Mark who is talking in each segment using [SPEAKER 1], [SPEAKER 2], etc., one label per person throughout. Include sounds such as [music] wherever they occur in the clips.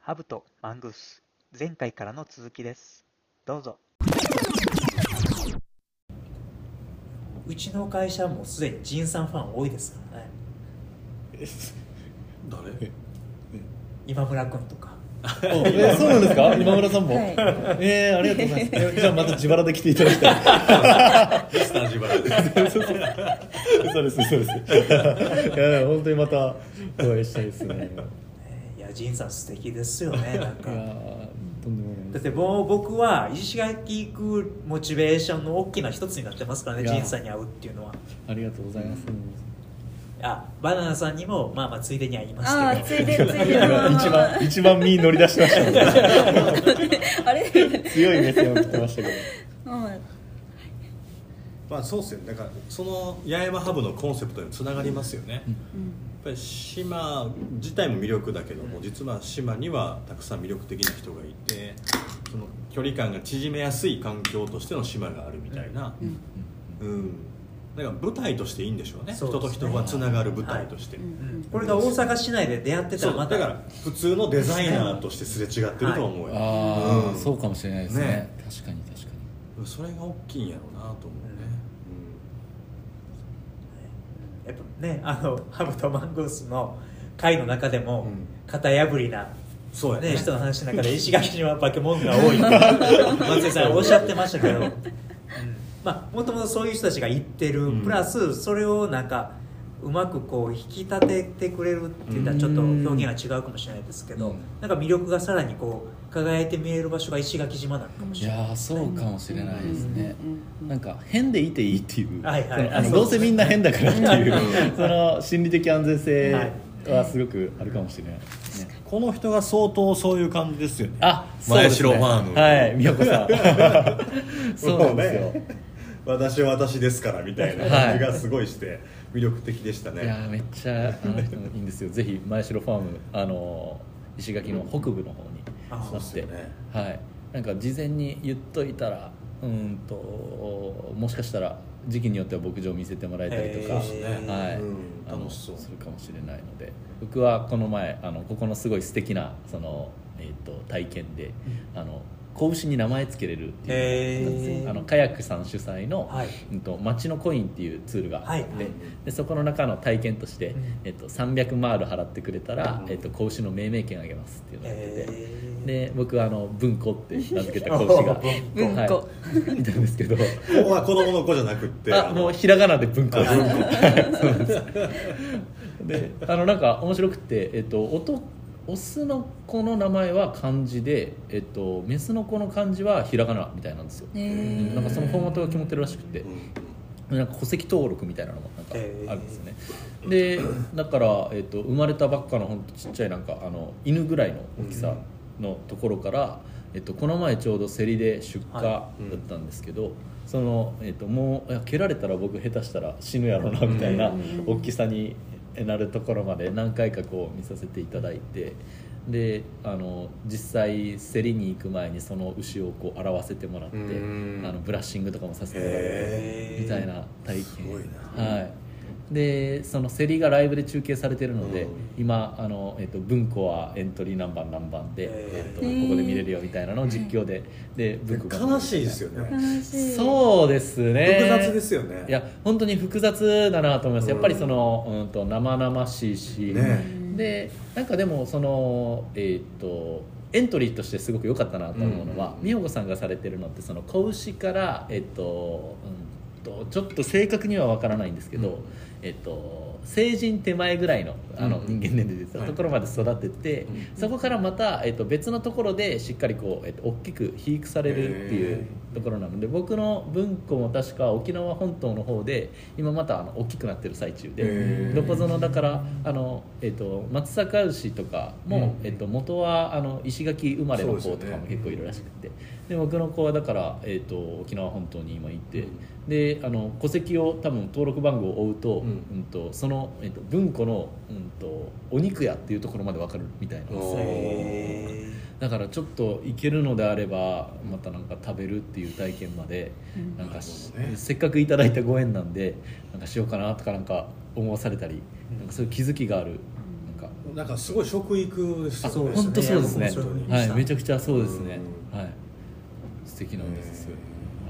[SPEAKER 1] ハブとマングース前回からの続きですどうぞ
[SPEAKER 2] うちの会社もすでにジンさんファン多いですから
[SPEAKER 3] [laughs]
[SPEAKER 2] ね
[SPEAKER 4] 誰
[SPEAKER 2] 今村君とか
[SPEAKER 4] えそうなんですか今村さんも、
[SPEAKER 5] はい
[SPEAKER 4] えーありがとうございます
[SPEAKER 5] [laughs]
[SPEAKER 4] えじゃあまた自腹で来ていただきたい
[SPEAKER 3] ミスタージバラです。
[SPEAKER 4] そうですそうですいや本当にまたお会いしたいですね
[SPEAKER 2] ねいやジンさん素敵ですよ
[SPEAKER 3] [laughs]
[SPEAKER 2] ねなん
[SPEAKER 4] いや
[SPEAKER 2] か
[SPEAKER 4] ーとんでもな
[SPEAKER 2] だ
[SPEAKER 4] い
[SPEAKER 2] っ
[SPEAKER 4] で
[SPEAKER 2] てもう僕は石垣行くモチベーションの大きな一つになってますからね
[SPEAKER 4] いや
[SPEAKER 2] ジンさんに会うっていうのは
[SPEAKER 4] すありがとうございます、
[SPEAKER 2] あバナナさんにもまあまあついでに会います
[SPEAKER 5] ああ
[SPEAKER 2] け
[SPEAKER 5] つ
[SPEAKER 2] ど
[SPEAKER 5] いでつい
[SPEAKER 4] い
[SPEAKER 5] で
[SPEAKER 4] や一番一番身に乗り出しましたもんね
[SPEAKER 5] あれ
[SPEAKER 4] 強い目線を送ってましたけど
[SPEAKER 5] うん
[SPEAKER 3] まあそうっすよね。だからその八重山ハブのコンセプトにつながりますよね。やっぱり島自体も魅力だけども、実は島にはたくさん魅力的な人がいて、その距離感が縮めやすい環境としての島があるみたいな。うん。だから舞台としていいんでしょうね。
[SPEAKER 2] そう
[SPEAKER 3] 人
[SPEAKER 2] です
[SPEAKER 3] と
[SPEAKER 2] ね
[SPEAKER 3] 人がつながる舞台として。
[SPEAKER 2] うんこれが大阪市内で出会ってた
[SPEAKER 3] そう
[SPEAKER 2] らま
[SPEAKER 3] だ
[SPEAKER 2] た
[SPEAKER 3] から普通のデザイナーとしてすれ違ってると思うよ、
[SPEAKER 4] ああ、
[SPEAKER 3] ん
[SPEAKER 4] そうかもしれないですね
[SPEAKER 3] ね
[SPEAKER 4] 確かに確かに
[SPEAKER 3] それが大きいんやろうなと思うね、
[SPEAKER 2] やっぱねあのハブとマングースの会の中でも
[SPEAKER 4] うん
[SPEAKER 2] 型破りな、
[SPEAKER 3] そうやね
[SPEAKER 2] ね、人の話の中で石垣島は化け物が多い松井さんおっしゃってましたけど、うんまあもともとそういう人たちが言ってる、
[SPEAKER 3] うん
[SPEAKER 2] プラスそれをなんかうまくこう引き立ててくれるって言ったらちょっと表現が違うかもしれないですけど、
[SPEAKER 4] うん
[SPEAKER 2] なんか魅力がさらにこう輝いて見える場所が石垣島なのかもし
[SPEAKER 4] い
[SPEAKER 2] れない。
[SPEAKER 4] やーそうかもしれないですね、なんか変でいていいっていう、
[SPEAKER 2] はいはい
[SPEAKER 4] そのあの
[SPEAKER 2] あそう
[SPEAKER 4] どうせみんな変だからっていう、
[SPEAKER 3] う
[SPEAKER 4] [laughs]
[SPEAKER 3] ん
[SPEAKER 4] その心理的安全性はすごくあるかもしれないですね、
[SPEAKER 3] この人が相当そういう感じですよね
[SPEAKER 4] あそうです、ね、
[SPEAKER 3] 前代ファーム
[SPEAKER 4] はい美代子さんそうなんですよ、
[SPEAKER 3] もうね私は私ですからみたいな感じがすごいして魅力的でした
[SPEAKER 4] いやー
[SPEAKER 3] ね、
[SPEAKER 4] めっちゃあの人もいいんですよぜひ前代ファームあのー石垣の北部の方に
[SPEAKER 2] あ
[SPEAKER 4] あ
[SPEAKER 2] そう
[SPEAKER 3] っ
[SPEAKER 4] っ
[SPEAKER 3] す
[SPEAKER 4] て、
[SPEAKER 3] よね
[SPEAKER 4] はいなんか事前に言っといたらうーんともしかしたら時期によっては牧場を見せてもらえたりとか、
[SPEAKER 2] へ
[SPEAKER 3] そうですね
[SPEAKER 4] はい、
[SPEAKER 3] うん
[SPEAKER 4] あの
[SPEAKER 3] 楽しそう
[SPEAKER 4] するかもしれないので僕はこの前あのここのすごい素敵なそのえっ、と体験で、あの子牛に名前つけれるっていうのがあったんです
[SPEAKER 2] へ
[SPEAKER 4] よ
[SPEAKER 2] ー
[SPEAKER 4] あのカヤックさん主催の、
[SPEAKER 2] はい
[SPEAKER 4] うんと町のコインっていうツールがあって、
[SPEAKER 2] はいはい
[SPEAKER 4] でそこの中の体験として、
[SPEAKER 2] うん
[SPEAKER 4] えっと300マール払ってくれたら
[SPEAKER 3] う、ん
[SPEAKER 4] えっと子牛の命名権あげますっていうのをやってて。
[SPEAKER 2] えー
[SPEAKER 4] で僕はあの文庫って名付けた講師が
[SPEAKER 5] 文庫
[SPEAKER 4] はい、いたんですけど
[SPEAKER 3] ここは子供の子じゃなくって
[SPEAKER 4] あ
[SPEAKER 3] あ
[SPEAKER 4] も
[SPEAKER 3] の
[SPEAKER 4] うひらがなで文庫
[SPEAKER 3] あ
[SPEAKER 4] です
[SPEAKER 3] 文庫
[SPEAKER 4] はいそうなんですであのなんか面白くて、えっと、音オスの子の名前は漢字で、えっと、メスの子の漢字はひらがなみたいなんですよ、
[SPEAKER 5] へ
[SPEAKER 4] う
[SPEAKER 5] ー
[SPEAKER 4] んなんかそのフォーマットが決まってるらしくて、なんか戸籍登録みたいなのもなんか
[SPEAKER 2] へー
[SPEAKER 4] あるんですよね、でだから、えっと、生まれたばっかのほんとちっちゃいなんかあの犬ぐらいの大きさのところから、えっと、この前ちょうど競りで出荷だ
[SPEAKER 3] いうん
[SPEAKER 4] ったんですけど、その、えっと、もういや蹴られたら僕下手したら死ぬやろなみたいな
[SPEAKER 5] うん
[SPEAKER 4] 大きさになるところまで何回かこう見させていただいて。であの実際競りに行く前にその牛をこう洗わせてもらって
[SPEAKER 3] うん
[SPEAKER 4] あのブラッシングとかもさせてもらって
[SPEAKER 3] へ
[SPEAKER 4] みたいな体験
[SPEAKER 3] すごい
[SPEAKER 4] はい、でその競りがライブで中継されてるので、
[SPEAKER 3] うん
[SPEAKER 4] 今あの、えっと文庫はエントリー何番何番で、
[SPEAKER 2] え
[SPEAKER 4] えっ
[SPEAKER 2] ー
[SPEAKER 4] とここで見れるよみたいなのを実況で、で文庫
[SPEAKER 3] 悲しいですよね
[SPEAKER 5] 悲しい
[SPEAKER 4] そうですね
[SPEAKER 3] 複雑ですよね
[SPEAKER 4] いや本当に複雑だなと思います、
[SPEAKER 3] うん
[SPEAKER 4] やっぱりその、うん、と生々しいし、
[SPEAKER 3] ね
[SPEAKER 4] でなんかでもそのえーっとエントリーとしてすごく良かったなと思うのは、
[SPEAKER 3] うん
[SPEAKER 4] 美穂子さんがされてるのってその子牛からえーっと,、うん、とちょっと正確にはわからないんですけど、
[SPEAKER 3] うん
[SPEAKER 4] えーっと成人手前ぐらいのあの
[SPEAKER 3] うん
[SPEAKER 4] 人間年齢ですよ
[SPEAKER 3] はい
[SPEAKER 4] ところまで育てて、
[SPEAKER 3] う
[SPEAKER 4] そこからまた、えーっと別のところでしっかりこう、えーっと大きく肥育されるってい
[SPEAKER 3] へ
[SPEAKER 4] うところなので僕の文庫も確か沖縄本島の方で今またあの大きくなってる最中
[SPEAKER 3] へ
[SPEAKER 4] で
[SPEAKER 3] ー
[SPEAKER 4] どこぞのだからあの、えっと松阪牛とかも、
[SPEAKER 3] うん
[SPEAKER 4] えっと元はあの石垣生まれの子とかも結構いるらしくてで,、僕の子はだから、えっと沖縄本島に今いて、
[SPEAKER 3] うん
[SPEAKER 4] であの戸籍を多分登録番号を追うと,、う
[SPEAKER 3] うんん
[SPEAKER 4] とその、えっと文庫の、うん、とお肉屋っていうところまで分かるみたいなんですよ
[SPEAKER 3] お
[SPEAKER 2] えー
[SPEAKER 4] だからちょっと行けるのであればまたなんか食べるっていう体験まで
[SPEAKER 5] うん
[SPEAKER 4] なんかし
[SPEAKER 3] なるほどね
[SPEAKER 4] せっかくいただいたご縁なんでなんかしようかなとかなんか思わされたりなんかそういう気づきがあるなんか
[SPEAKER 3] なんかすごい食育ですよね
[SPEAKER 2] そうですね
[SPEAKER 4] 本当そうですね
[SPEAKER 2] 僕もそう思いま
[SPEAKER 4] は
[SPEAKER 2] し
[SPEAKER 4] い
[SPEAKER 2] た
[SPEAKER 4] めちゃくちゃそうですね
[SPEAKER 3] うん
[SPEAKER 4] はい素敵なんですよね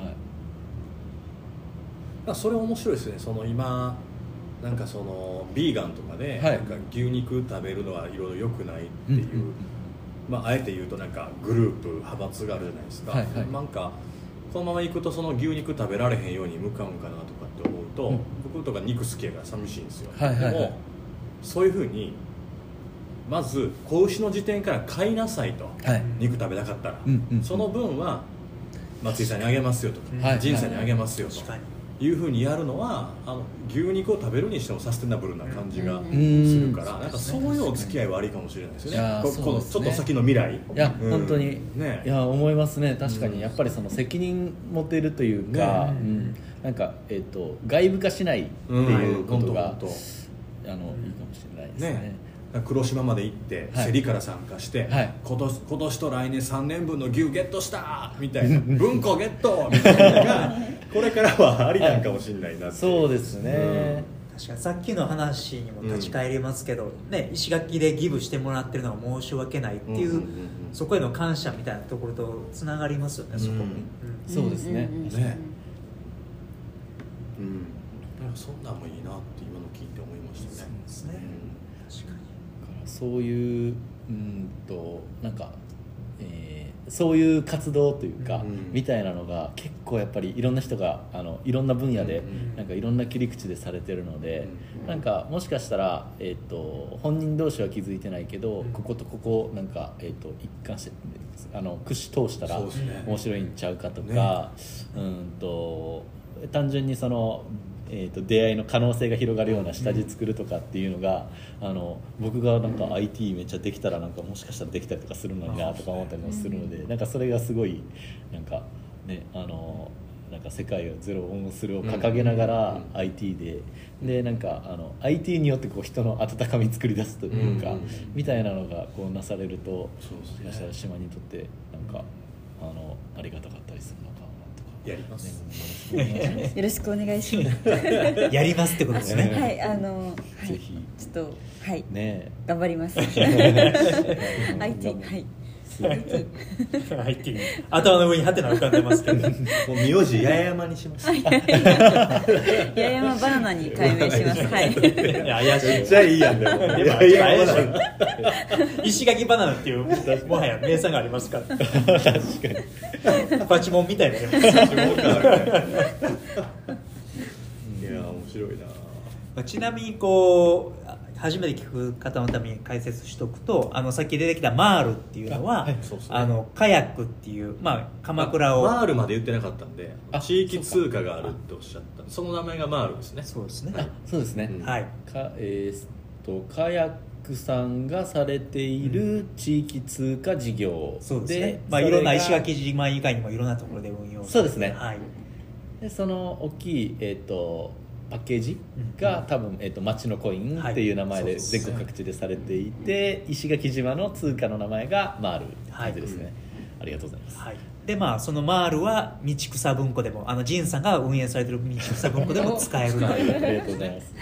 [SPEAKER 4] はい
[SPEAKER 3] まあ、それ面白いですねその今なんかそのビーガンとかで、
[SPEAKER 4] はい
[SPEAKER 3] なんか牛肉食べるのはいろいろ良くないって
[SPEAKER 4] うん
[SPEAKER 3] いうう、
[SPEAKER 4] ん
[SPEAKER 3] まあ、あえて言うとなんかグループ派閥があるじゃないですか、
[SPEAKER 4] はいはい
[SPEAKER 3] なんかこのまま行くとその牛肉食べられへんように向かうんかなとかって思うと、
[SPEAKER 4] うん
[SPEAKER 3] 僕とか肉好きやから寂しいんですよ、
[SPEAKER 4] はいはいはい
[SPEAKER 3] でもそういうふうにまず子牛の時点から買いなさいと、
[SPEAKER 4] うんはい
[SPEAKER 3] 肉食べなかったら、
[SPEAKER 4] うんうん
[SPEAKER 3] その分は松井さんにあげますよとか、
[SPEAKER 4] はい
[SPEAKER 3] 仁さんにあげますよと
[SPEAKER 2] 確かに
[SPEAKER 3] いうふうにやるのはあの牛肉を食べるにしてもサステナブルな感じが
[SPEAKER 5] う
[SPEAKER 3] す
[SPEAKER 4] ん
[SPEAKER 3] るから、
[SPEAKER 4] うん
[SPEAKER 3] なんかそういうお付き合いはありかもしれないですよ
[SPEAKER 4] い
[SPEAKER 3] ね
[SPEAKER 4] やー
[SPEAKER 3] こ
[SPEAKER 4] そう
[SPEAKER 3] この
[SPEAKER 4] です
[SPEAKER 3] ち
[SPEAKER 4] ね
[SPEAKER 3] ょっと先の未来
[SPEAKER 4] いや、
[SPEAKER 3] うん
[SPEAKER 4] 本当に、
[SPEAKER 3] ね
[SPEAKER 4] いや思いますね確か
[SPEAKER 3] うん
[SPEAKER 4] にやっぱりその責任持てるというか、
[SPEAKER 3] ね
[SPEAKER 4] うんなんか、えっと外部化しないっていうことが、
[SPEAKER 3] 本当本
[SPEAKER 4] あのいいかもしれないで
[SPEAKER 3] 当
[SPEAKER 4] すね
[SPEAKER 3] ね黒島まで行って、
[SPEAKER 4] はい
[SPEAKER 3] 競りから参加して、
[SPEAKER 4] はい
[SPEAKER 3] 今年今年と来年3年分の牛ゲットしたみたいな文庫ゲットみたいな
[SPEAKER 4] [laughs]
[SPEAKER 3] のがこれからはありなんかもしれないなってい
[SPEAKER 4] そうですね、
[SPEAKER 2] 確かにさっきの話にも立ち返りますけど、ね、石垣でギブしてもらってるのは申し訳ないっていう,、
[SPEAKER 3] うんうんうんうん
[SPEAKER 2] そこへの感謝みたいなところとつながりますよねそこに、
[SPEAKER 3] う
[SPEAKER 2] う
[SPEAKER 3] ん
[SPEAKER 2] ん
[SPEAKER 4] そうですね
[SPEAKER 5] んんん
[SPEAKER 3] ねうん、なんかそんなんもいいなって今の聞いて思いましたね
[SPEAKER 2] そうですね確かに
[SPEAKER 4] だからそういううんとなんか、えーそういう活動というか、
[SPEAKER 3] うん
[SPEAKER 4] みたいなのが結構やっぱりいろんな人があのいろんな分野で、
[SPEAKER 3] うん
[SPEAKER 4] なんかいろんな切り口でされてるので、
[SPEAKER 3] うん
[SPEAKER 4] なんかもしかしたら、えー、と本人同士は気づいてないけど、
[SPEAKER 2] うん
[SPEAKER 4] こことここなんか、えー、と一貫してあの串通したら
[SPEAKER 3] そうですね
[SPEAKER 4] 面白いんちゃうかとか、うんと単純にその、えー、と出会いの可能性が広がるような下地作るとかっていうのが、あの僕がなんか IT めっちゃできたらなんかもしかしたらできたりとかするのになとか思ったりもするので、なんかそれがすごいなんかねあのなんか世界をゼロオンするを掲げながら、
[SPEAKER 3] うんうんうん
[SPEAKER 4] IT ででなんかあの IT によってこう人の温かみ作り出すというか、
[SPEAKER 3] うんうんうん
[SPEAKER 4] みたいなのがこうなされると
[SPEAKER 3] そうですね
[SPEAKER 4] もしかしたら島にとってなんかあのありがたかったりするのかなとか。
[SPEAKER 3] やります、
[SPEAKER 4] ね
[SPEAKER 5] よろしくお願いします。
[SPEAKER 2] やりますってことですね
[SPEAKER 5] はい、あの、はい
[SPEAKER 4] ぜひ
[SPEAKER 5] ちょっと、はい、
[SPEAKER 4] ね
[SPEAKER 5] 頑張
[SPEAKER 4] [laughs]
[SPEAKER 5] ります。
[SPEAKER 4] え
[SPEAKER 5] IT、はい。
[SPEAKER 2] IT 頭の上にハテナ浮かんでますけど
[SPEAKER 3] [laughs] もう名字八重山にします
[SPEAKER 5] 八重山バナナに改名します。はい。
[SPEAKER 2] いや怪し
[SPEAKER 3] めっちゃいいやんでも八
[SPEAKER 2] でも
[SPEAKER 3] 重山だ
[SPEAKER 2] い石垣バナナっていうもはや名産がありますから確かにパチモンみたいなね
[SPEAKER 3] いや面白いな
[SPEAKER 2] まあちなみにこうあ初めて聞く方のために解説しておくとあのさっき出てきたマールっていうのはあ、
[SPEAKER 3] あはいそうですね
[SPEAKER 2] のカヤックっていう、まあ、鎌倉を
[SPEAKER 3] マールまで言ってなかったんで
[SPEAKER 4] あ
[SPEAKER 3] 地域通貨があるっておっしゃったその名前がマールですね
[SPEAKER 2] そうですね、
[SPEAKER 3] はい
[SPEAKER 4] そうですね、
[SPEAKER 3] うん
[SPEAKER 2] はい
[SPEAKER 4] かえーっとカヤックさんがされている地域通貨事業
[SPEAKER 2] そうですねまあ、
[SPEAKER 4] それ
[SPEAKER 2] い
[SPEAKER 4] が
[SPEAKER 2] ろんな石垣島以外にもいろんなところで運用
[SPEAKER 4] そうですね
[SPEAKER 2] はい、
[SPEAKER 4] でその大きい、えー、とパッケージが多分、えー、と町のコインっていう名前
[SPEAKER 2] はい
[SPEAKER 4] で全国各地でされていて、石垣島の通貨の名前がマールって感じですね、
[SPEAKER 3] はい
[SPEAKER 4] ありがとうございます、
[SPEAKER 2] はい、でまあそのマールは道草文庫でもあの仁さんが運営されてる道草文庫でも使えるという、は
[SPEAKER 4] はいい、ありがとうございます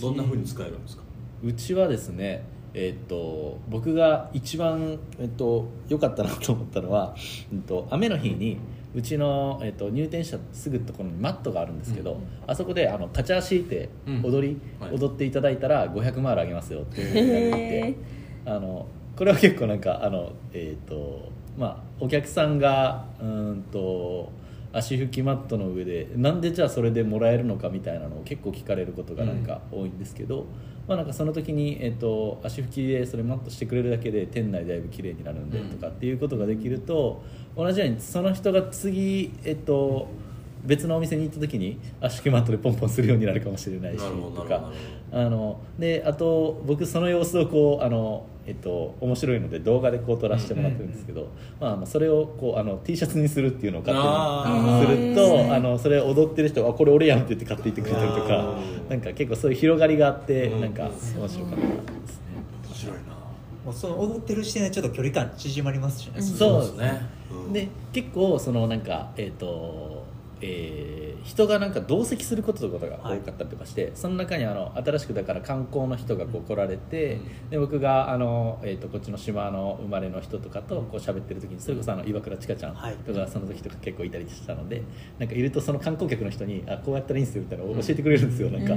[SPEAKER 3] どんなふうに使えるんですか
[SPEAKER 4] うちはですねえっと僕が一番えっと良かったなと思ったのは、うんと、雨の日にうちの、えっと、入店したすぐところにマットがあるんですけど、
[SPEAKER 3] うん
[SPEAKER 4] あそこであの立ち足敷いて
[SPEAKER 3] うん
[SPEAKER 4] 踊り、
[SPEAKER 3] はい
[SPEAKER 4] 踊っていただいたら500マールあげますよっていうのが言って
[SPEAKER 5] へ
[SPEAKER 4] あのこれは結構なんかあのえっ、とまあお客さんがうーんと足拭きマットの上でなんでじゃあそれでもらえるのかみたいなのを結構聞かれることがなんか多いんですけど、まあなんかその時に、えっと足拭きでそれマットしてくれるだけで店内だいぶ綺麗になるんで
[SPEAKER 3] うん
[SPEAKER 4] とかっていうことができると同じようにその人が次えっと別のお店に行った時に足拭きマットでポンポンするようになるかもしれないし
[SPEAKER 3] なるほど
[SPEAKER 4] と
[SPEAKER 3] なる
[SPEAKER 4] か
[SPEAKER 3] ほど
[SPEAKER 4] あのであと僕その様子をこうあのえっと面白いので動画でこう撮らせてもらってるんですけど、まああのそれをこうあの T シャツにするっていうのを勝
[SPEAKER 3] あ
[SPEAKER 4] 手
[SPEAKER 3] ー
[SPEAKER 4] にするとあのそれ踊ってる人はあこれ俺やんって言って買っていってくれたりとか
[SPEAKER 3] あー
[SPEAKER 4] なんか結構そういう広がりがあって
[SPEAKER 3] うん
[SPEAKER 4] なんか面白かったですね。
[SPEAKER 3] 面白いな
[SPEAKER 2] もうその踊ってる視点でちょっと距離感縮まりますしね、
[SPEAKER 5] うん
[SPEAKER 4] そうですね
[SPEAKER 3] うん
[SPEAKER 4] で結構そのなんかえっ、とえー人がなんか同席することとかが多かったりとかして、その中にあの新しくだから観光の人がこう来られて、で僕があの、えー、とこっちの島の生まれの人とかとこう喋ってる時にそれこそあの岩倉千佳ちゃん
[SPEAKER 2] はい
[SPEAKER 4] とかその時とか結構いたりしたのでなんかいるとその観光客の人にあこうやったらいいんですよみたいなのを教えてくれるんですよなんか。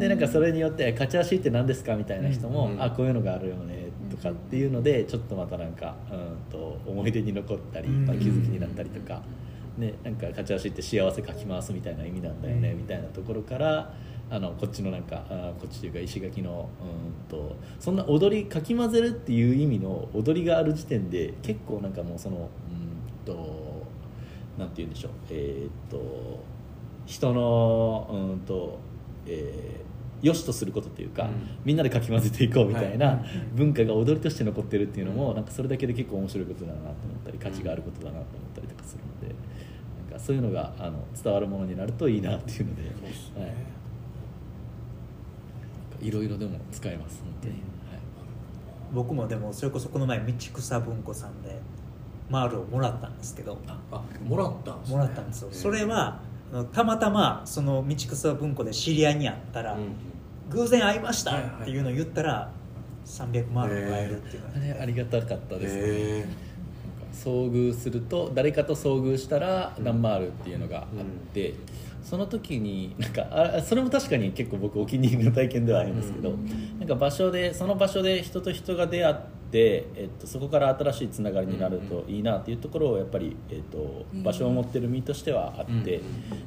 [SPEAKER 4] でなんかそれによって「勝ち足って何ですか?」みたいな人も「
[SPEAKER 3] うん
[SPEAKER 4] あこういうのがあるよね」とかっていうのでちょっとまたなんか、うん、と思い出に残ったり、
[SPEAKER 2] うん
[SPEAKER 4] まあ、気づきになったりとか「ね、なんか勝ち足って幸せかき回す」みたいな意味なんだよね、
[SPEAKER 2] うん
[SPEAKER 4] みたいなところから。あのこっちのなんかあこっちというか石垣のうんとそんな踊りかき混ぜるっていう意味の踊りがある時点で結構なんかもうそのうんとなんて言うんでしょうえーっと人のうんと、えー、良しとすることというか、
[SPEAKER 3] うん
[SPEAKER 4] みんなでかき混ぜていこうみたい
[SPEAKER 2] は
[SPEAKER 4] ない [laughs] 文化が踊りとして残ってるっていうのも、
[SPEAKER 3] うん
[SPEAKER 4] なんかそれだけで結構面白いことだなと思ったり価値があることだなと思ったりとかするのでなんかそういうのがあの伝わるものになるといいなっていうので
[SPEAKER 3] そうです
[SPEAKER 4] はい
[SPEAKER 3] ね、
[SPEAKER 4] なんかいろいろでも使えます本当に、はい
[SPEAKER 2] 僕もでもそれこそこの前道草文庫さんでマールをもらったんですけど
[SPEAKER 3] あもらったんですね
[SPEAKER 2] もらったんですよそれはあのたまたまその道草文庫で知り合いに会ったら、
[SPEAKER 3] うん
[SPEAKER 2] 偶然会いました
[SPEAKER 3] はいはい
[SPEAKER 2] っていうのを言ったら300万円もらえるっていうのが
[SPEAKER 4] あれありがたかったですね、
[SPEAKER 3] へ
[SPEAKER 4] 遭遇すると誰かと遭遇したら
[SPEAKER 3] うん
[SPEAKER 4] ナンマールっていうのがあって、その時になんかあそれも確かに結構僕お気に入りの体験ではあるんですけど、なんか場所でその場所で人と人が出会って、えっと、そこから新しいつながりになるといいなっていうところをやっぱり、えっと、場所を持ってる身としてはあって、
[SPEAKER 3] う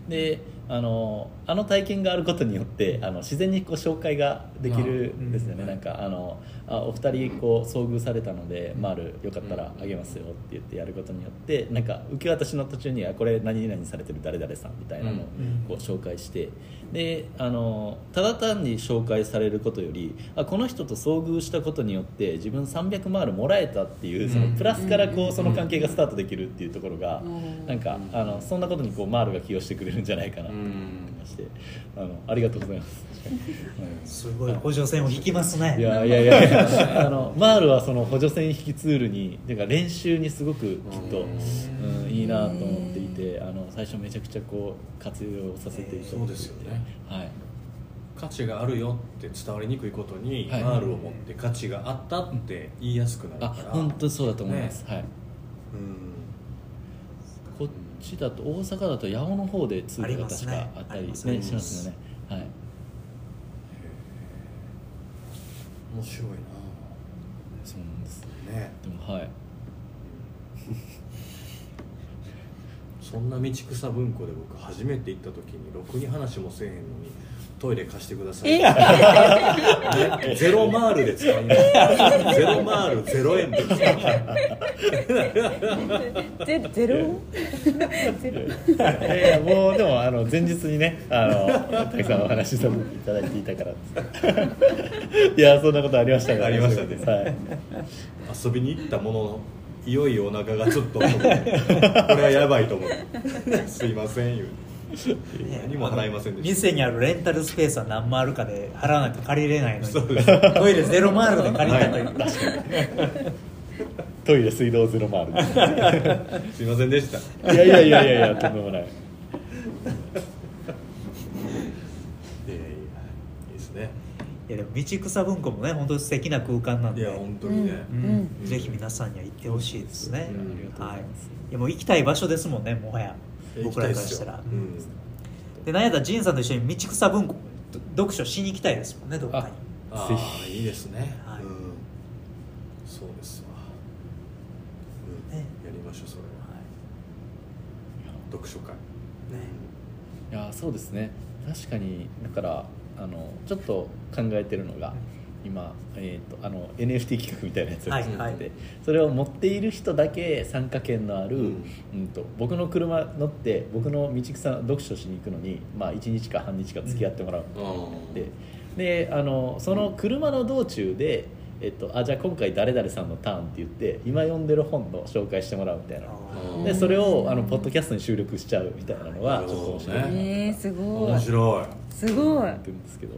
[SPEAKER 3] ん
[SPEAKER 4] であのあの体験があることによってあの自然にこう紹介ができるんですよね、
[SPEAKER 3] うん
[SPEAKER 4] なんかあのあお二人こう遭遇されたので「マールよかったらあげますよ」って言ってやることによってなんか受け渡しの途中には「これ何々されてる誰々さん」みたいなのを
[SPEAKER 2] うん
[SPEAKER 4] こう紹介してであのただ単に紹介されることよりあこの人と遭遇したことによって自分300マールもらえたっていうその
[SPEAKER 3] うん
[SPEAKER 4] プラスからこ
[SPEAKER 5] う
[SPEAKER 4] うんその関係がスタートできるっていうところが
[SPEAKER 5] うん
[SPEAKER 4] なんかあのそんなことにこうマールが寄与してくれるんじゃないかなと
[SPEAKER 3] う
[SPEAKER 4] 思
[SPEAKER 3] ん
[SPEAKER 4] ってましてあのありがとうございます。うん
[SPEAKER 2] すごい補助線を引きますね
[SPEAKER 4] いやいやいやいやあのマールはその補助線引きツールにてか練習にすごくきっと、うん、いいなと思っていてあの最初めちゃくちゃこう活用させていただいて、
[SPEAKER 3] えーそうですよね
[SPEAKER 4] はい
[SPEAKER 3] 価値があるよって伝わりにくいことに、
[SPEAKER 4] はい
[SPEAKER 3] マールを持って価値があったって言いやすくなる
[SPEAKER 4] あ
[SPEAKER 3] から
[SPEAKER 4] 本当にそうだと思います、はい
[SPEAKER 3] うん
[SPEAKER 4] こっちだと大阪だと八尾の方でツール
[SPEAKER 2] あり
[SPEAKER 4] が確か
[SPEAKER 2] ますね
[SPEAKER 4] あったり
[SPEAKER 2] あり
[SPEAKER 4] ね
[SPEAKER 2] ますあります
[SPEAKER 4] しますよねはい
[SPEAKER 3] 面白い
[SPEAKER 4] そうなんです
[SPEAKER 3] なね
[SPEAKER 4] でもはい
[SPEAKER 3] そんな道草文庫で僕初めて行った時にろくに話もせえへんのにトイレ貸してくださいねゼロマールで使いますゼロマールゼロ円で使いま
[SPEAKER 5] [laughs]
[SPEAKER 3] す
[SPEAKER 5] ゼゼロゼロ
[SPEAKER 4] えー、もうでもあの前日にねあ
[SPEAKER 3] [laughs]
[SPEAKER 4] のたくさんお話しさせていただいていたから [laughs] ですいやそんなことありましたから
[SPEAKER 3] ありましたね
[SPEAKER 4] はい、
[SPEAKER 3] 遊びに行ったもののいよいよお腹がちょっとこれはやばいと思うすいません言うて何も払いませんでした
[SPEAKER 2] 店にあるレンタルスペースは何もあるかで払わなきゃ借りれないのに
[SPEAKER 3] そうです
[SPEAKER 2] トイレゼロマールで借りたという、
[SPEAKER 3] は
[SPEAKER 4] トイレ水道ゼロもある
[SPEAKER 3] [laughs] すいませんでした
[SPEAKER 4] いやいやいやいやいやとんでもない
[SPEAKER 3] えーいいですね
[SPEAKER 2] いやでも道草文庫もね本当に素敵な空間なん
[SPEAKER 3] い
[SPEAKER 2] で
[SPEAKER 3] や本当にね、
[SPEAKER 2] う
[SPEAKER 5] うんん
[SPEAKER 2] ぜひ皆さんには行ってほしいですね、
[SPEAKER 3] うん
[SPEAKER 2] はいいやもう行きたい場所ですもんねもはや僕らからしたら
[SPEAKER 3] 行きたいっすよ
[SPEAKER 2] でなんやったら仁さんと一緒に道草文庫ど読書しに行きたいですもんねどっかに
[SPEAKER 3] うん、あ
[SPEAKER 4] ぜ
[SPEAKER 3] あいいですね、
[SPEAKER 2] はい
[SPEAKER 3] うん、そうですわ、うん
[SPEAKER 2] ね
[SPEAKER 3] やりましょうそれは読書会
[SPEAKER 2] ね
[SPEAKER 4] いやそうですね確かにだからあのちょっと考えてるのが今、えー、とあの NFT 企画みたいなやつを
[SPEAKER 2] はい
[SPEAKER 4] 作ってて、
[SPEAKER 2] はい
[SPEAKER 4] それを持っている人だけ参加権のある、
[SPEAKER 3] う
[SPEAKER 4] うんんと僕の車乗って僕の道草読書しに行くのに、まあ、1日か半日か付き合ってもらうみたいなのがあって、であのその車の道中で、えっと、あじゃあ今回誰々さんのターンって言って今読んでる本の紹介してもらうみたいな
[SPEAKER 3] うん
[SPEAKER 4] でそれをあのポッドキャストに収録しちゃうみたいなのはちょっと面白いなと
[SPEAKER 5] えー、すご
[SPEAKER 3] 面
[SPEAKER 5] い
[SPEAKER 3] 白
[SPEAKER 5] すごい
[SPEAKER 4] 思ってるんですけど、
[SPEAKER 3] い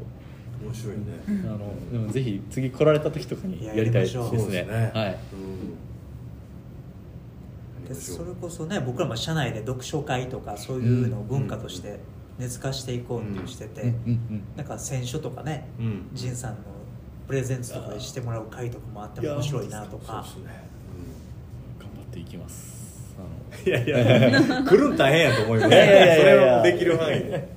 [SPEAKER 3] 面白いね、
[SPEAKER 4] あのでもぜひ次来られた時とかにやりたいです
[SPEAKER 2] いややりましょ
[SPEAKER 4] ね
[SPEAKER 2] う
[SPEAKER 3] そうですね
[SPEAKER 4] はい
[SPEAKER 3] うん
[SPEAKER 2] でそれこそね僕らも社内で読書会とかそういうのを文化として根付かしていこうっていうしてて、なんか選書とかね
[SPEAKER 3] うん
[SPEAKER 2] 仁、さんのプレゼンツとかでしてもらう会とかもあっても面白いなとか
[SPEAKER 3] そうですね
[SPEAKER 4] 頑張っていきますあ
[SPEAKER 3] いやいや来るん大変やと思います
[SPEAKER 4] いやいやいやいや
[SPEAKER 3] それをできる範囲で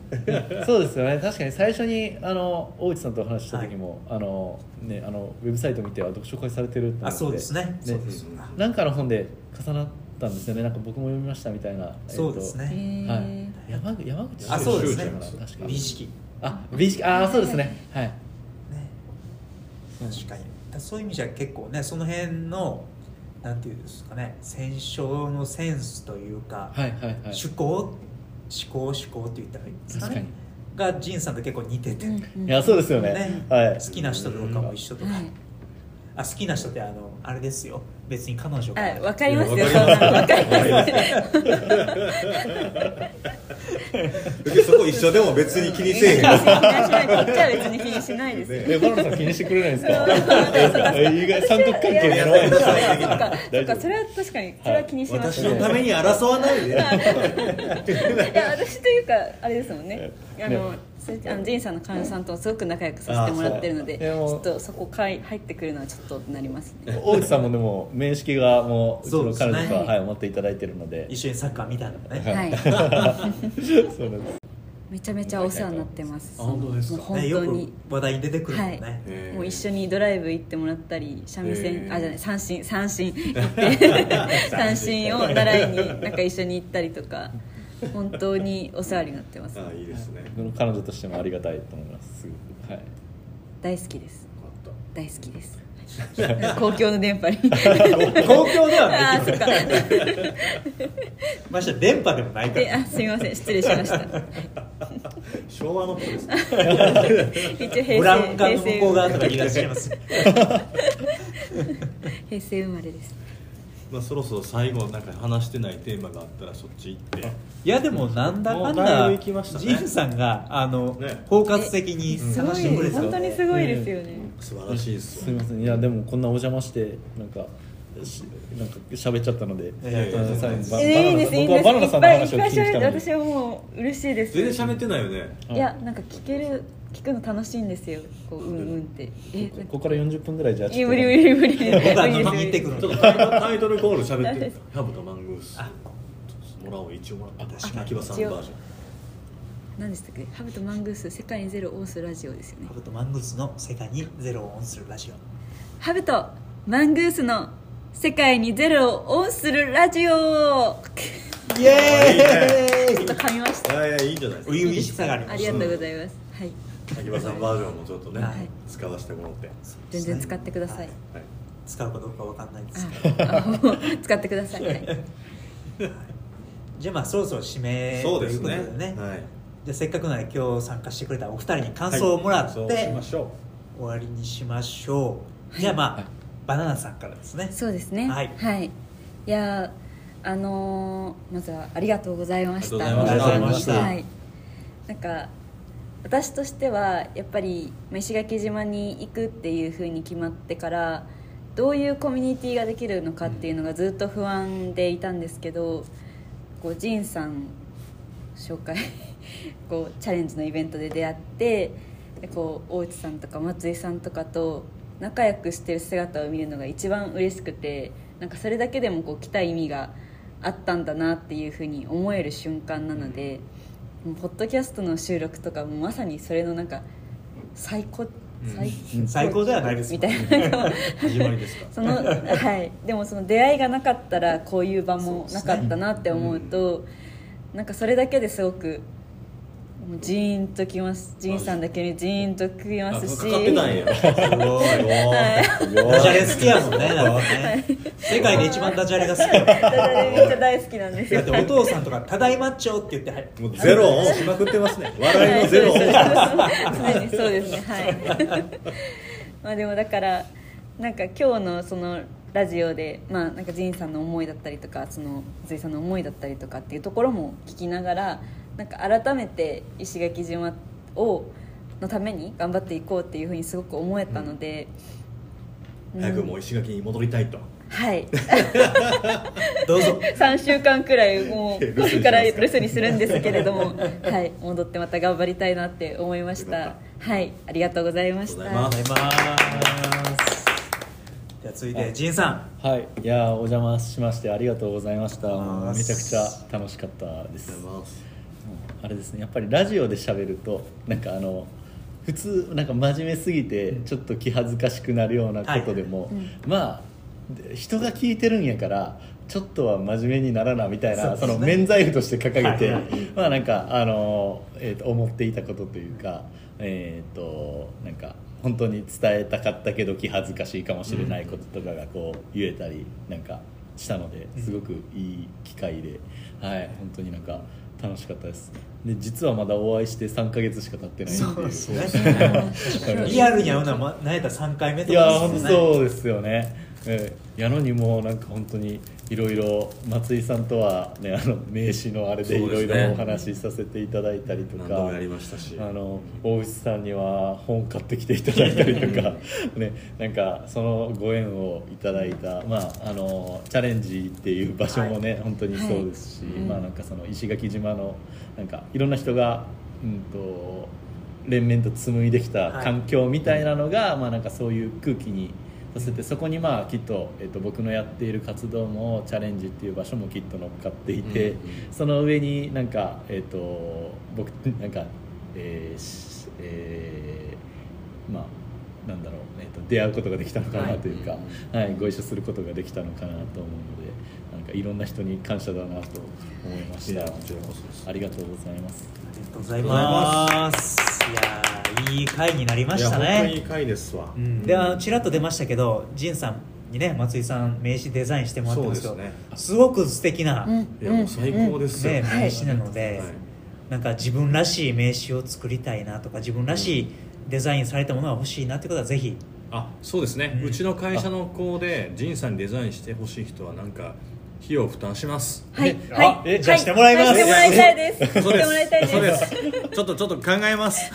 [SPEAKER 4] の [laughs] そうですよね確かに最初にあの大内さんとお話しした時も、あのねあのウェブサイト見てあ読書会されてるってな
[SPEAKER 2] あ
[SPEAKER 4] って
[SPEAKER 2] そうですねそうです
[SPEAKER 3] ね
[SPEAKER 4] なんかの本で重なったんですよねなんか僕も読みましたみたいな
[SPEAKER 2] そうですね、
[SPEAKER 4] はい
[SPEAKER 5] へえ、
[SPEAKER 4] 山口山口
[SPEAKER 2] あそうですね
[SPEAKER 4] 確か
[SPEAKER 2] 美意
[SPEAKER 4] に
[SPEAKER 2] 識
[SPEAKER 4] あ美意識あーそうですねはい
[SPEAKER 2] ね確かにだそういう意味じゃ結構ねその辺のなんていうんですかね戦勝のセンスというか、
[SPEAKER 4] はいはいはい
[SPEAKER 2] 趣向思考思考って言ったらいいんですか
[SPEAKER 4] 確か
[SPEAKER 2] ね
[SPEAKER 4] に
[SPEAKER 2] がジンさんと結構似てて、
[SPEAKER 5] うんうん
[SPEAKER 4] いやそうですよね
[SPEAKER 2] ね
[SPEAKER 4] はい
[SPEAKER 2] 好きな人とかも一緒とか、
[SPEAKER 5] はい
[SPEAKER 2] あ好きな人ってあのあれですよ別に彼女が
[SPEAKER 5] あわかりますよ
[SPEAKER 3] い
[SPEAKER 5] そん
[SPEAKER 3] や
[SPEAKER 5] なのわかります
[SPEAKER 3] 別にそこ一緒でも別に気にせえへん
[SPEAKER 5] [laughs] 気にしないこっちは別に気にしないですよ [laughs]
[SPEAKER 3] ね
[SPEAKER 4] えバナナさん気にしてくれないんです [laughs]
[SPEAKER 5] そうそう
[SPEAKER 4] かえ意外三角関係にやばいです
[SPEAKER 5] そ
[SPEAKER 3] ね
[SPEAKER 5] っかそっかそれは確かにそれは気にします
[SPEAKER 3] 私
[SPEAKER 5] ね
[SPEAKER 3] のために争わないで
[SPEAKER 5] いや私というかあれですもんねあのそれあのジンさんの彼女さんともすごく仲良くさせてもらってるので
[SPEAKER 4] あ
[SPEAKER 5] ち
[SPEAKER 4] そう
[SPEAKER 5] ょっとそこかい入ってくるのはちょっとなりますね
[SPEAKER 4] 大内さんもでも面識がもううち
[SPEAKER 2] そう
[SPEAKER 4] の
[SPEAKER 2] ですね
[SPEAKER 4] 彼女とは、はい、持っていただいてるの [laughs] で
[SPEAKER 2] 一緒にサッカー見たのね、
[SPEAKER 5] はい [laughs]
[SPEAKER 4] そうなんです
[SPEAKER 5] めちゃめちゃお世話になってます
[SPEAKER 3] あ本当ですか
[SPEAKER 5] もう本
[SPEAKER 2] ね
[SPEAKER 5] 当
[SPEAKER 2] よく
[SPEAKER 5] に
[SPEAKER 2] 話題に出てくるもんね、
[SPEAKER 5] はい
[SPEAKER 3] へえ
[SPEAKER 5] もう一緒にドライブ行ってもらったり三味線、
[SPEAKER 3] へえ
[SPEAKER 5] あじゃない三振三
[SPEAKER 3] [laughs]
[SPEAKER 5] 振行って三振を習いになんか一緒に行ったりと
[SPEAKER 3] [laughs]
[SPEAKER 5] か本当にお世話になってます
[SPEAKER 3] あいいですね
[SPEAKER 4] 僕の彼女としてもありがたいと思いますすごくはい
[SPEAKER 5] 大好きです
[SPEAKER 3] よ
[SPEAKER 5] 大好きです公共の電波に
[SPEAKER 2] 東京ではない
[SPEAKER 5] ああそっか
[SPEAKER 2] ましてや電波でもないか
[SPEAKER 5] で
[SPEAKER 2] ら
[SPEAKER 5] あすみません失礼しました
[SPEAKER 3] かった昭和の子ですね
[SPEAKER 5] 一応平
[SPEAKER 2] ブラウン
[SPEAKER 5] 成
[SPEAKER 2] 管
[SPEAKER 5] 平
[SPEAKER 2] の向こう側
[SPEAKER 5] 成
[SPEAKER 2] とか言い出してます
[SPEAKER 5] 平成生まれです
[SPEAKER 3] まあそろそろ最後なんか話してないテーマがあったらそっち行って
[SPEAKER 2] いやでもなんだかん
[SPEAKER 3] もうだい
[SPEAKER 2] だ
[SPEAKER 3] ぶ行きましたね
[SPEAKER 2] ジンさんがあの、
[SPEAKER 3] ね
[SPEAKER 2] 包括的に
[SPEAKER 5] すご
[SPEAKER 2] 探してくれ
[SPEAKER 5] い
[SPEAKER 2] てた
[SPEAKER 5] 本当にすごいですよね、
[SPEAKER 3] 素晴らしいです
[SPEAKER 4] すみませんいやでもこんなお邪魔してなんかしなんか喋っちゃったので
[SPEAKER 2] いやいや
[SPEAKER 4] ごめんなさい
[SPEAKER 3] 全
[SPEAKER 4] バ
[SPEAKER 5] えいいですいい
[SPEAKER 4] 僕はバ
[SPEAKER 5] です
[SPEAKER 4] ナナさんの話を
[SPEAKER 5] い
[SPEAKER 4] 聞
[SPEAKER 5] っぱいいっぱ
[SPEAKER 4] き
[SPEAKER 5] い
[SPEAKER 4] に来たので
[SPEAKER 5] 喋って私はもう嬉しいです
[SPEAKER 3] 全然喋ってないよね
[SPEAKER 4] はい
[SPEAKER 5] いやなんか聞ける聞くの楽しいんですよこううんうんってえなんか
[SPEAKER 4] ここから40分ぐらいじゃあ
[SPEAKER 5] いや無理無理無理無理です
[SPEAKER 2] 僕あの見に行ってくる
[SPEAKER 3] ちょ
[SPEAKER 2] の
[SPEAKER 3] っとタイトルタイトルコー
[SPEAKER 2] [laughs]
[SPEAKER 3] ル喋ってるハブとマングース
[SPEAKER 2] あ
[SPEAKER 3] もらおう一応もらった
[SPEAKER 2] 確かに
[SPEAKER 3] 秋葉さんバージョン
[SPEAKER 5] 何でしたっけハブとマングース世界にゼロをオンするラジオですよね
[SPEAKER 2] ハブとマングースの世界にゼロをオンするラジオ
[SPEAKER 5] ハブとマングースの世界にゼロをオンするラジオちょ
[SPEAKER 2] イエ
[SPEAKER 5] っと噛みました
[SPEAKER 3] いやいやいいんじゃないです
[SPEAKER 2] 初々しさがあり
[SPEAKER 5] あ
[SPEAKER 2] ま
[SPEAKER 5] り
[SPEAKER 2] す
[SPEAKER 5] がとうございますはい
[SPEAKER 3] か秋葉さんバージョンもちょっとね
[SPEAKER 2] はい
[SPEAKER 3] 使わせてもらって
[SPEAKER 5] 全然使ってください
[SPEAKER 3] はい
[SPEAKER 2] 使うかどうかわかんないんですけど [laughs]
[SPEAKER 5] ああ使ってください、はい
[SPEAKER 2] じゃあまあそろそろ締め
[SPEAKER 3] そう
[SPEAKER 2] と
[SPEAKER 3] で
[SPEAKER 2] い
[SPEAKER 3] す
[SPEAKER 2] うこと
[SPEAKER 3] ね
[SPEAKER 2] でね
[SPEAKER 3] はい
[SPEAKER 2] じゃあせっかくなので今日参加してくれたお二人に感想をもらって、
[SPEAKER 3] そうし
[SPEAKER 2] 終
[SPEAKER 3] ましょ
[SPEAKER 2] わりにしましょうじゃあまあ、バナナさんからですね
[SPEAKER 5] そうですね
[SPEAKER 2] はい
[SPEAKER 5] い、いやーあのーまずはありがとうございました
[SPEAKER 3] ありが
[SPEAKER 2] とうございました
[SPEAKER 5] 本当にはい、なんか私としてはやっぱりまあ石垣島に行くっていうふうに決まってからどういうコミュニティができるのかっていうのがずっと不安でいたんですけどこうジンさん紹介こうチャレンジのイベントで出会ってでこう大内さんとか松井さんとかと仲良くしてる姿を見るのが一番嬉しくてなんかそれだけでもこう来た意味があったんだなっていうふうに思える瞬間なので、もうポッドキャストの収録とかもまさにそれのなんか最高最
[SPEAKER 2] 最高ではないです
[SPEAKER 5] みたいななんか
[SPEAKER 3] う始まりですか
[SPEAKER 5] そ
[SPEAKER 3] [laughs]
[SPEAKER 5] のはいでもその出会いがなかったらこういう場もなかったなって思うとなんかそれだけですごくもうジーンときますジーンさんだけにジーンとき
[SPEAKER 3] あ
[SPEAKER 5] ます
[SPEAKER 3] か
[SPEAKER 5] し
[SPEAKER 3] かってたんやすごい
[SPEAKER 2] ダジャレ好きやもんねなんかね世界で一番ダジャレが好きやもん
[SPEAKER 5] ダジャレめっちゃ大好きなんです
[SPEAKER 2] だ
[SPEAKER 5] よ
[SPEAKER 2] ってお父さんとか「ただいまっちょ」って言ってはい
[SPEAKER 3] [laughs] もうゼロをしまくってますね笑いのゼロを
[SPEAKER 5] はいそうですそうです常にそうですねはいまあでもだからなんか今日のそのラジオでまあなんかジンさんの思いだったりとかその松井さんの思いだったりとかっていうところも聞きながらなんか改めて石垣島をのために頑張っていこうっていうふうにすごく思えたので、うん
[SPEAKER 3] 早くもう石垣に戻りたいと
[SPEAKER 5] はい
[SPEAKER 2] どうぞ
[SPEAKER 5] 3週間くらいもう
[SPEAKER 3] 留守
[SPEAKER 5] こ
[SPEAKER 3] にしますか
[SPEAKER 5] れ
[SPEAKER 2] [laughs]
[SPEAKER 5] から留守にするんですけれども、はい、戻ってまた頑張りたいなって思いまし
[SPEAKER 3] よか
[SPEAKER 5] たはいありがとうございまし
[SPEAKER 3] ありがとうございま
[SPEAKER 5] た
[SPEAKER 3] す
[SPEAKER 2] ありがとうございますじゃあ続いてジンさん
[SPEAKER 4] はい、いやーお邪魔しましてありがとうございましたも
[SPEAKER 2] あ
[SPEAKER 4] う
[SPEAKER 2] ー
[SPEAKER 4] めちゃくちゃ楽しかったです
[SPEAKER 3] りがとうございます
[SPEAKER 4] うんあれですねやっぱりラジオで喋るとなんかあの普通なんか真面目すぎてちょっと気恥ずかしくなるようなことでも、まあで人が聞いてるんやからちょっとは真面目にならなみたいな
[SPEAKER 2] そ
[SPEAKER 4] そ,、
[SPEAKER 2] うですね
[SPEAKER 4] の免罪符として掲げて、
[SPEAKER 2] はい
[SPEAKER 4] [laughs] まあなんかあの、えーと思っていたことというかえっ、となんか本当に伝えたかったけど気恥ずかしいかもしれないこととかがこう言えたりなんかしたので
[SPEAKER 2] うん
[SPEAKER 4] すごくいい機会で、はい本当になんか楽しかったですで実はまだお会いして3か月しか経ってないっていう
[SPEAKER 2] そうです [laughs]
[SPEAKER 4] [laughs]
[SPEAKER 2] ね
[SPEAKER 4] はい
[SPEAKER 2] リアルに会うのはま何やったら3回目と
[SPEAKER 4] い
[SPEAKER 2] か
[SPEAKER 4] や
[SPEAKER 2] ですよ
[SPEAKER 4] 本当そうですよね、えーやのにもうなんか本当にいろいろ松井さんとは、ね、あの名刺のあれで
[SPEAKER 3] そ
[SPEAKER 4] いう
[SPEAKER 3] で
[SPEAKER 4] ろ
[SPEAKER 3] す
[SPEAKER 4] い
[SPEAKER 3] ね
[SPEAKER 4] ろお話しさせていただいたりと
[SPEAKER 3] 何
[SPEAKER 4] か、
[SPEAKER 3] 度もやりましたし
[SPEAKER 4] あの大内さんには本買ってきていただいたりとか、 [laughs] ね、なんかそのご縁をいただいた、まあ、あのチャレンジっていう場所もね、本当にそうですし、
[SPEAKER 5] はいうん
[SPEAKER 4] まあ、なんかその石垣島のなんかいろんな人が、うん、と連綿と紡いできた環境みたいなのが、まあ、なんかそういう空気に。させてそこにまあきっと,、えっと僕のやっている活動もチャレンジっていう場所もきっと乗っかっていて、
[SPEAKER 3] うんうん
[SPEAKER 4] その上になんかえっ、と僕なんかえーしえーまあなんだろう、えー、と出会うことができたのかなというか、はいご一緒することができたのかなと思うのでなんかいろんな人に感謝だなと思いまし
[SPEAKER 3] い
[SPEAKER 4] た
[SPEAKER 3] やこちらこそです
[SPEAKER 4] ありがとうございます
[SPEAKER 2] ありがとうございますいやーいい回になりました
[SPEAKER 3] いや本当
[SPEAKER 2] ね
[SPEAKER 3] にいい回ですわ、
[SPEAKER 2] うんであのちらっと出ましたけどジンさんにね松井さん名刺デザインしてもらってますけど
[SPEAKER 3] そうですね
[SPEAKER 2] すごく素敵な、
[SPEAKER 5] うん
[SPEAKER 2] ね、
[SPEAKER 3] いやもう最高ですよ、
[SPEAKER 2] 名
[SPEAKER 5] はい
[SPEAKER 2] 刺なので、
[SPEAKER 3] はい
[SPEAKER 2] なんか自分らしい名刺を作りたいなとか自分らしいデザインされたものが欲しいなってことはぜひ
[SPEAKER 3] あそうですね、
[SPEAKER 2] う
[SPEAKER 3] うんちの会社の子でジンさんにデザインしてほしい人はなんか費用負担し
[SPEAKER 2] [laughs]
[SPEAKER 3] ます
[SPEAKER 5] はい
[SPEAKER 2] あ
[SPEAKER 5] はい
[SPEAKER 2] えじゃあしてもらいます
[SPEAKER 5] はいしてもらいた
[SPEAKER 2] [laughs]
[SPEAKER 5] いですしてもらいたい
[SPEAKER 3] そうですそうで
[SPEAKER 5] です
[SPEAKER 3] すちょっとちょっと考えます
[SPEAKER 4] [laughs]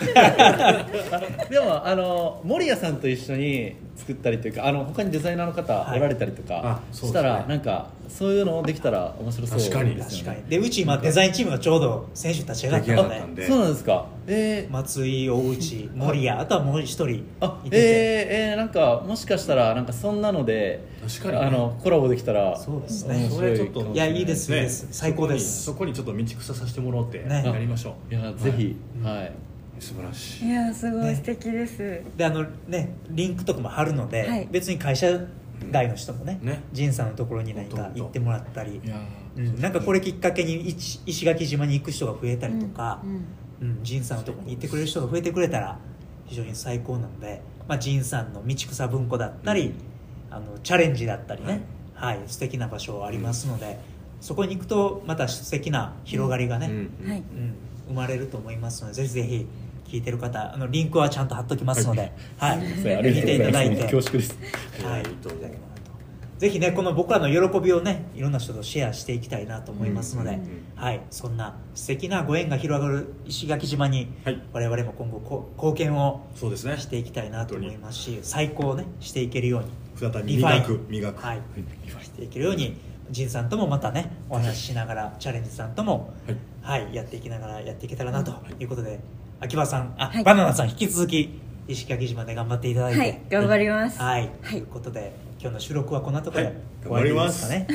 [SPEAKER 4] でもあの守屋さんと一緒に作ったりというかあの他にデザイナーの方
[SPEAKER 2] はい
[SPEAKER 4] おられたりとか、
[SPEAKER 3] あそ
[SPEAKER 4] し
[SPEAKER 3] うですね
[SPEAKER 4] たらなんかそういうのできたら面白そうですよ
[SPEAKER 3] 確かに
[SPEAKER 4] ね
[SPEAKER 2] 確かにでうち今デザインチームがちょうど選手立ち上がったの
[SPEAKER 3] 出来上がったん
[SPEAKER 2] で
[SPEAKER 3] でに
[SPEAKER 4] そうなんですかえー、
[SPEAKER 2] 松井大
[SPEAKER 3] [laughs]
[SPEAKER 2] 内森谷あとはもう一人い
[SPEAKER 4] あ
[SPEAKER 2] てて、
[SPEAKER 4] えー、えー、なんかもしかしたらなんかそんなので
[SPEAKER 3] 確かにね
[SPEAKER 4] あのコラボできた
[SPEAKER 2] [laughs]
[SPEAKER 4] ら
[SPEAKER 2] そうですね
[SPEAKER 4] 面
[SPEAKER 3] そ
[SPEAKER 4] 白
[SPEAKER 3] れ
[SPEAKER 4] い
[SPEAKER 3] ちょっと
[SPEAKER 4] かもし
[SPEAKER 2] いや
[SPEAKER 4] れない
[SPEAKER 2] いですよいいです最高です
[SPEAKER 3] そこにそこにちょっと道草させてもらおうって
[SPEAKER 2] ね
[SPEAKER 3] やりましょう、
[SPEAKER 4] いやぜひはい、
[SPEAKER 3] 素晴らしい
[SPEAKER 5] いやーすご
[SPEAKER 2] ね
[SPEAKER 5] い素敵です、
[SPEAKER 2] であのねリンクとかも貼るので、
[SPEAKER 5] はい
[SPEAKER 2] 別に会社外の人もね,、
[SPEAKER 3] うんね
[SPEAKER 2] ジンさんのところに何
[SPEAKER 3] ほ
[SPEAKER 2] か
[SPEAKER 3] んとほ
[SPEAKER 2] 行っ
[SPEAKER 3] んと
[SPEAKER 2] てもらったり
[SPEAKER 3] い、や
[SPEAKER 2] う
[SPEAKER 3] ー
[SPEAKER 2] ん、なんかこれきっかけに石石垣島に行く人が増えたりとか、
[SPEAKER 5] うんうん
[SPEAKER 2] うん、ジンさんのところに行ってくれる人が増えてくれたら非常に最高なので、まあ、ジンさんの道草文庫だったり、あのチャレンジだったりね、はい素敵な場所ありますので、そこに行くとまた素敵な広がりがね、
[SPEAKER 3] うんうん
[SPEAKER 5] はい
[SPEAKER 2] うん、生まれると思いますのでぜひぜひ聞いてる方あのリンクはちゃんと貼っときますので、はい
[SPEAKER 4] すいませんあり
[SPEAKER 2] 見
[SPEAKER 4] がと
[SPEAKER 2] て
[SPEAKER 4] う
[SPEAKER 2] い
[SPEAKER 4] ござ
[SPEAKER 2] た
[SPEAKER 4] いま
[SPEAKER 2] だ
[SPEAKER 4] す
[SPEAKER 2] いて、
[SPEAKER 4] 恐縮です
[SPEAKER 2] はい
[SPEAKER 3] いやいいと思う
[SPEAKER 2] いただけたらとぜひねこの僕らの喜びをねいろんな人とシェアしていきたいなと思いますので、
[SPEAKER 5] うんうん
[SPEAKER 3] うん
[SPEAKER 2] はい、そんな素敵なご縁が広がる石垣島に、
[SPEAKER 3] はい
[SPEAKER 2] 我々も今後こう貢献を
[SPEAKER 3] そうですね
[SPEAKER 2] していきたいなと思いますし最高をねしていけるように
[SPEAKER 3] 再び
[SPEAKER 2] リファイン
[SPEAKER 3] 磨く磨く
[SPEAKER 2] はいしていけるように仁さんともまたねお話ししながらチャレンジさんとも
[SPEAKER 3] はい
[SPEAKER 2] はいやっていきながらやっていけたらなということで秋葉さんあ、
[SPEAKER 5] はい
[SPEAKER 2] バナナさん引き続き石垣島で頑張っていただいて
[SPEAKER 5] はい頑張ります
[SPEAKER 2] はい、
[SPEAKER 5] はい
[SPEAKER 2] ということで今日の収録はこんなところ
[SPEAKER 3] は
[SPEAKER 2] で
[SPEAKER 3] い
[SPEAKER 2] 終わりですかね、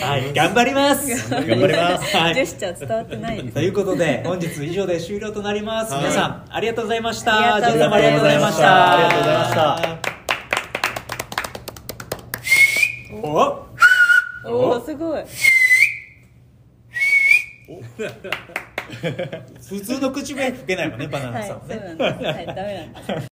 [SPEAKER 2] はい頑張ります、
[SPEAKER 5] 頑
[SPEAKER 3] 張ります
[SPEAKER 2] は
[SPEAKER 5] ジェ
[SPEAKER 2] い、
[SPEAKER 5] スチャー伝わってない
[SPEAKER 2] ということで本日以上で終了となります、
[SPEAKER 3] はい
[SPEAKER 2] 皆さんありがとうございました
[SPEAKER 5] ありがと
[SPEAKER 2] ジェ
[SPEAKER 5] うご
[SPEAKER 2] イさんもありがとうございました
[SPEAKER 4] ありがとうございました
[SPEAKER 2] お
[SPEAKER 5] おおすごい
[SPEAKER 2] 普通の口笛吹けないもんねバナナさんもね、
[SPEAKER 5] はいそうなんですはいダメなんです